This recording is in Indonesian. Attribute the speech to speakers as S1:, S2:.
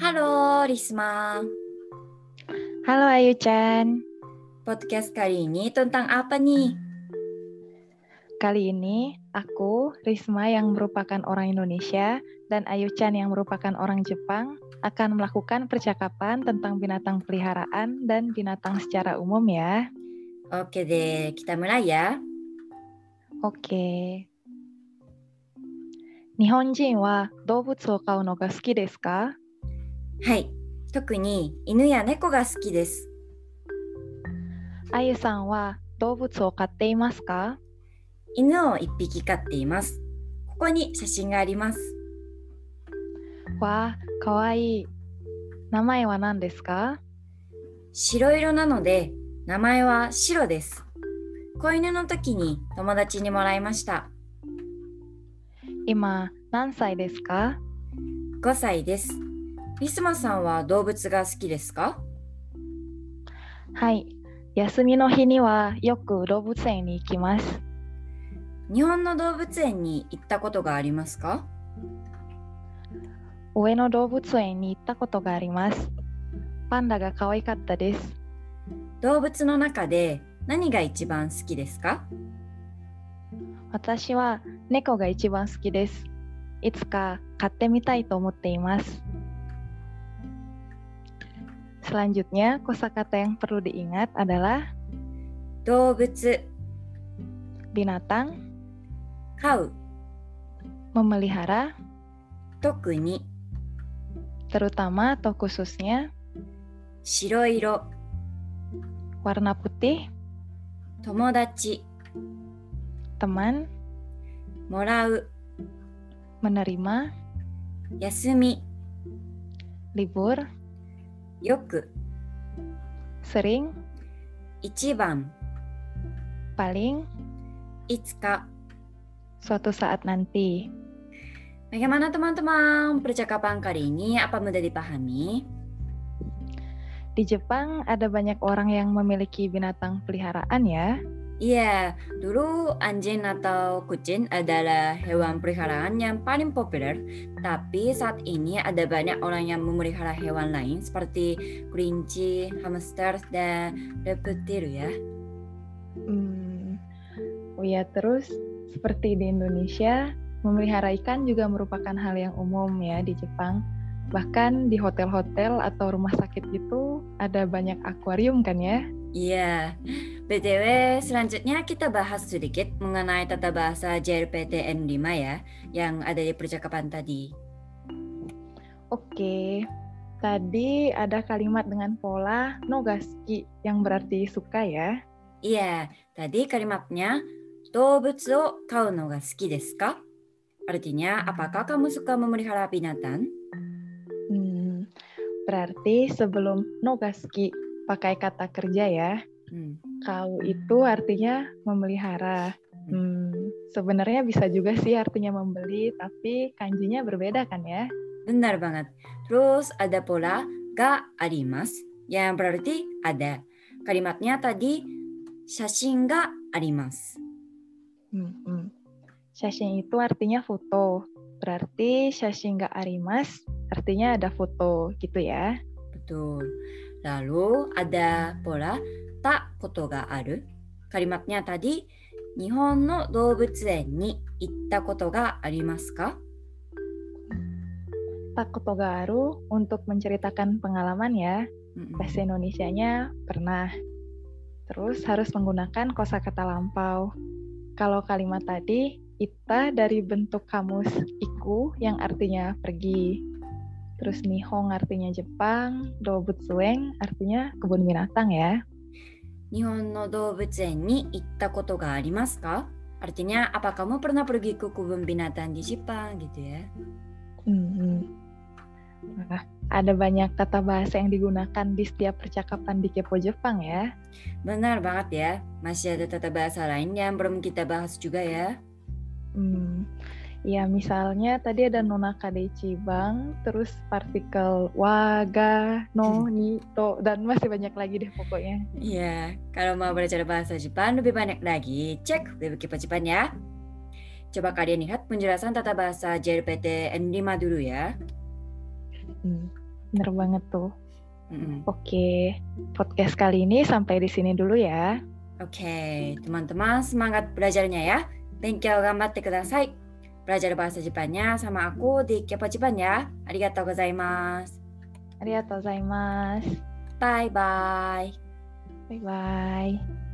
S1: Halo Risma,
S2: Halo Ayu Chan,
S1: podcast kali ini tentang apa nih?
S2: kali ini aku, Risma yang merupakan orang Indonesia, dan Ayu Chan yang merupakan orang Jepang akan melakukan percakapan tentang binatang peliharaan dan binatang secara umum ya.
S1: Oke deh, kita mulai ya.
S2: Oke. Nihonjin wa doubutsu o kau no ga suki desu ka?
S1: はい、特に犬や猫が好きです。
S2: Ayu san wa doubutsu o katte imasu ka?
S1: 犬を一匹飼っています。ここに写真があります。
S2: Wah, kawaii. Namae wa nan desu ka?
S1: 白色なので、名前はシロです。子犬の時に友達にもらいました。
S2: Ima nan sai desu ka?
S1: 5歳です。リスマさんは動物が好きですか
S2: はい。休みの日にはよく動物園に行きます。
S1: 日本の動物園に行ったことがありますか
S2: 上野動物園に行ったことがあります。パンダが可愛かったです。
S1: 動物の中で何が一番好きですか
S2: 私は猫が一番好きです。いつか飼ってみたいと思っています。Selanjutnya, kosakata yang perlu diingat adalah
S1: 動物、
S2: binatang,
S1: 飼う、
S2: memelihara,
S1: 特に、
S2: terutama atau khususnya
S1: 白色、
S2: warna putih,
S1: 友達、
S2: teman,
S1: もらう、
S2: menerima,
S1: 休み、
S2: libur,
S1: よく、
S2: sering,
S1: 一番、
S2: paling
S1: いつか。
S2: suatu saat nanti.
S1: Bagaimana teman-teman? Percakapan kali ini apa mudah dipahami?
S2: Di Jepang ada banyak orang yang memiliki binatang peliharaan ya.
S1: Iya, dulu anjing atau kucing adalah hewan peliharaan yang paling populer. Tapi saat ini ada banyak orang yang memelihara hewan lain seperti kelinci, hamster, dan reptil ya.
S2: Hmm. Oh ya, terus seperti di Indonesia, memelihara ikan juga merupakan hal yang umum ya di Jepang. Bahkan di hotel-hotel atau rumah sakit gitu ada banyak akuarium kan ya.
S1: Iya, BTW selanjutnya kita bahas sedikit mengenai tata bahasa JLPTN 5 ya yang ada di percakapan tadi.
S2: Oke. Tadi ada kalimat dengan pola nogaski yang berarti suka ya.
S1: Iya, tadi kalimatnya 動物を飼うのが好きですか Artinya, apakah kamu suka memelihara binatang?
S2: Hmm, berarti sebelum nogaski pakai kata kerja ya.
S1: Hmm.
S2: Kau itu artinya memelihara. Hmm, sebenarnya bisa juga sih artinya membeli, tapi kanjinya berbeda kan ya?
S1: Benar banget. Terus ada pola ga arimas yang berarti ada. Kalimatnya tadi shashin ga arimas.
S2: Hmm, hmm. Shashin itu artinya foto. Berarti shashin ga arimas artinya ada foto gitu ya.
S1: Betul. Lalu ada pola ta koto ga aru. Kalimatnya tadi 日本の動物園に行ったことがありますか
S2: Takoto ga aru untuk menceritakan pengalaman ya.
S1: Mm-mm.
S2: bahasa Indonesianya pernah. Terus harus menggunakan kosakata lampau. Kalau kalimat tadi ita dari bentuk kamus iku yang artinya pergi. Terus nihong artinya Jepang, dobutsueng artinya kebun binatang ya.
S1: 日本の動物園に行ったことがありますか Artinya, apa kamu pernah pergi ke kebun binatang di Jepang gitu ya?
S2: Hmm. Nah, ada banyak kata bahasa yang digunakan di setiap percakapan di Kepo Jepang ya.
S1: Benar banget ya. Masih ada tata bahasa lain yang belum kita bahas juga ya.
S2: Hmm. Ya, misalnya tadi ada nona kadeci bang, terus partikel waga, no, ni, to, dan masih banyak lagi deh pokoknya.
S1: Iya, kalau mau belajar bahasa Jepang lebih banyak lagi, cek web Kipas Jepang ya. Coba kalian lihat penjelasan tata bahasa JLPT N5 dulu ya.
S2: Hmm. Bener banget tuh.
S1: Mm-mm.
S2: Oke, podcast kali ini sampai di sini dulu ya.
S1: Oke, teman-teman semangat belajarnya ya. Thank you gambatte kudasai. Belajar bahasa Jepangnya sama aku di Kepo Jepang ya. Arigatou gozaimasu.
S2: Arigatou gozaimasu.
S1: Bye bye.
S2: Bye-bye.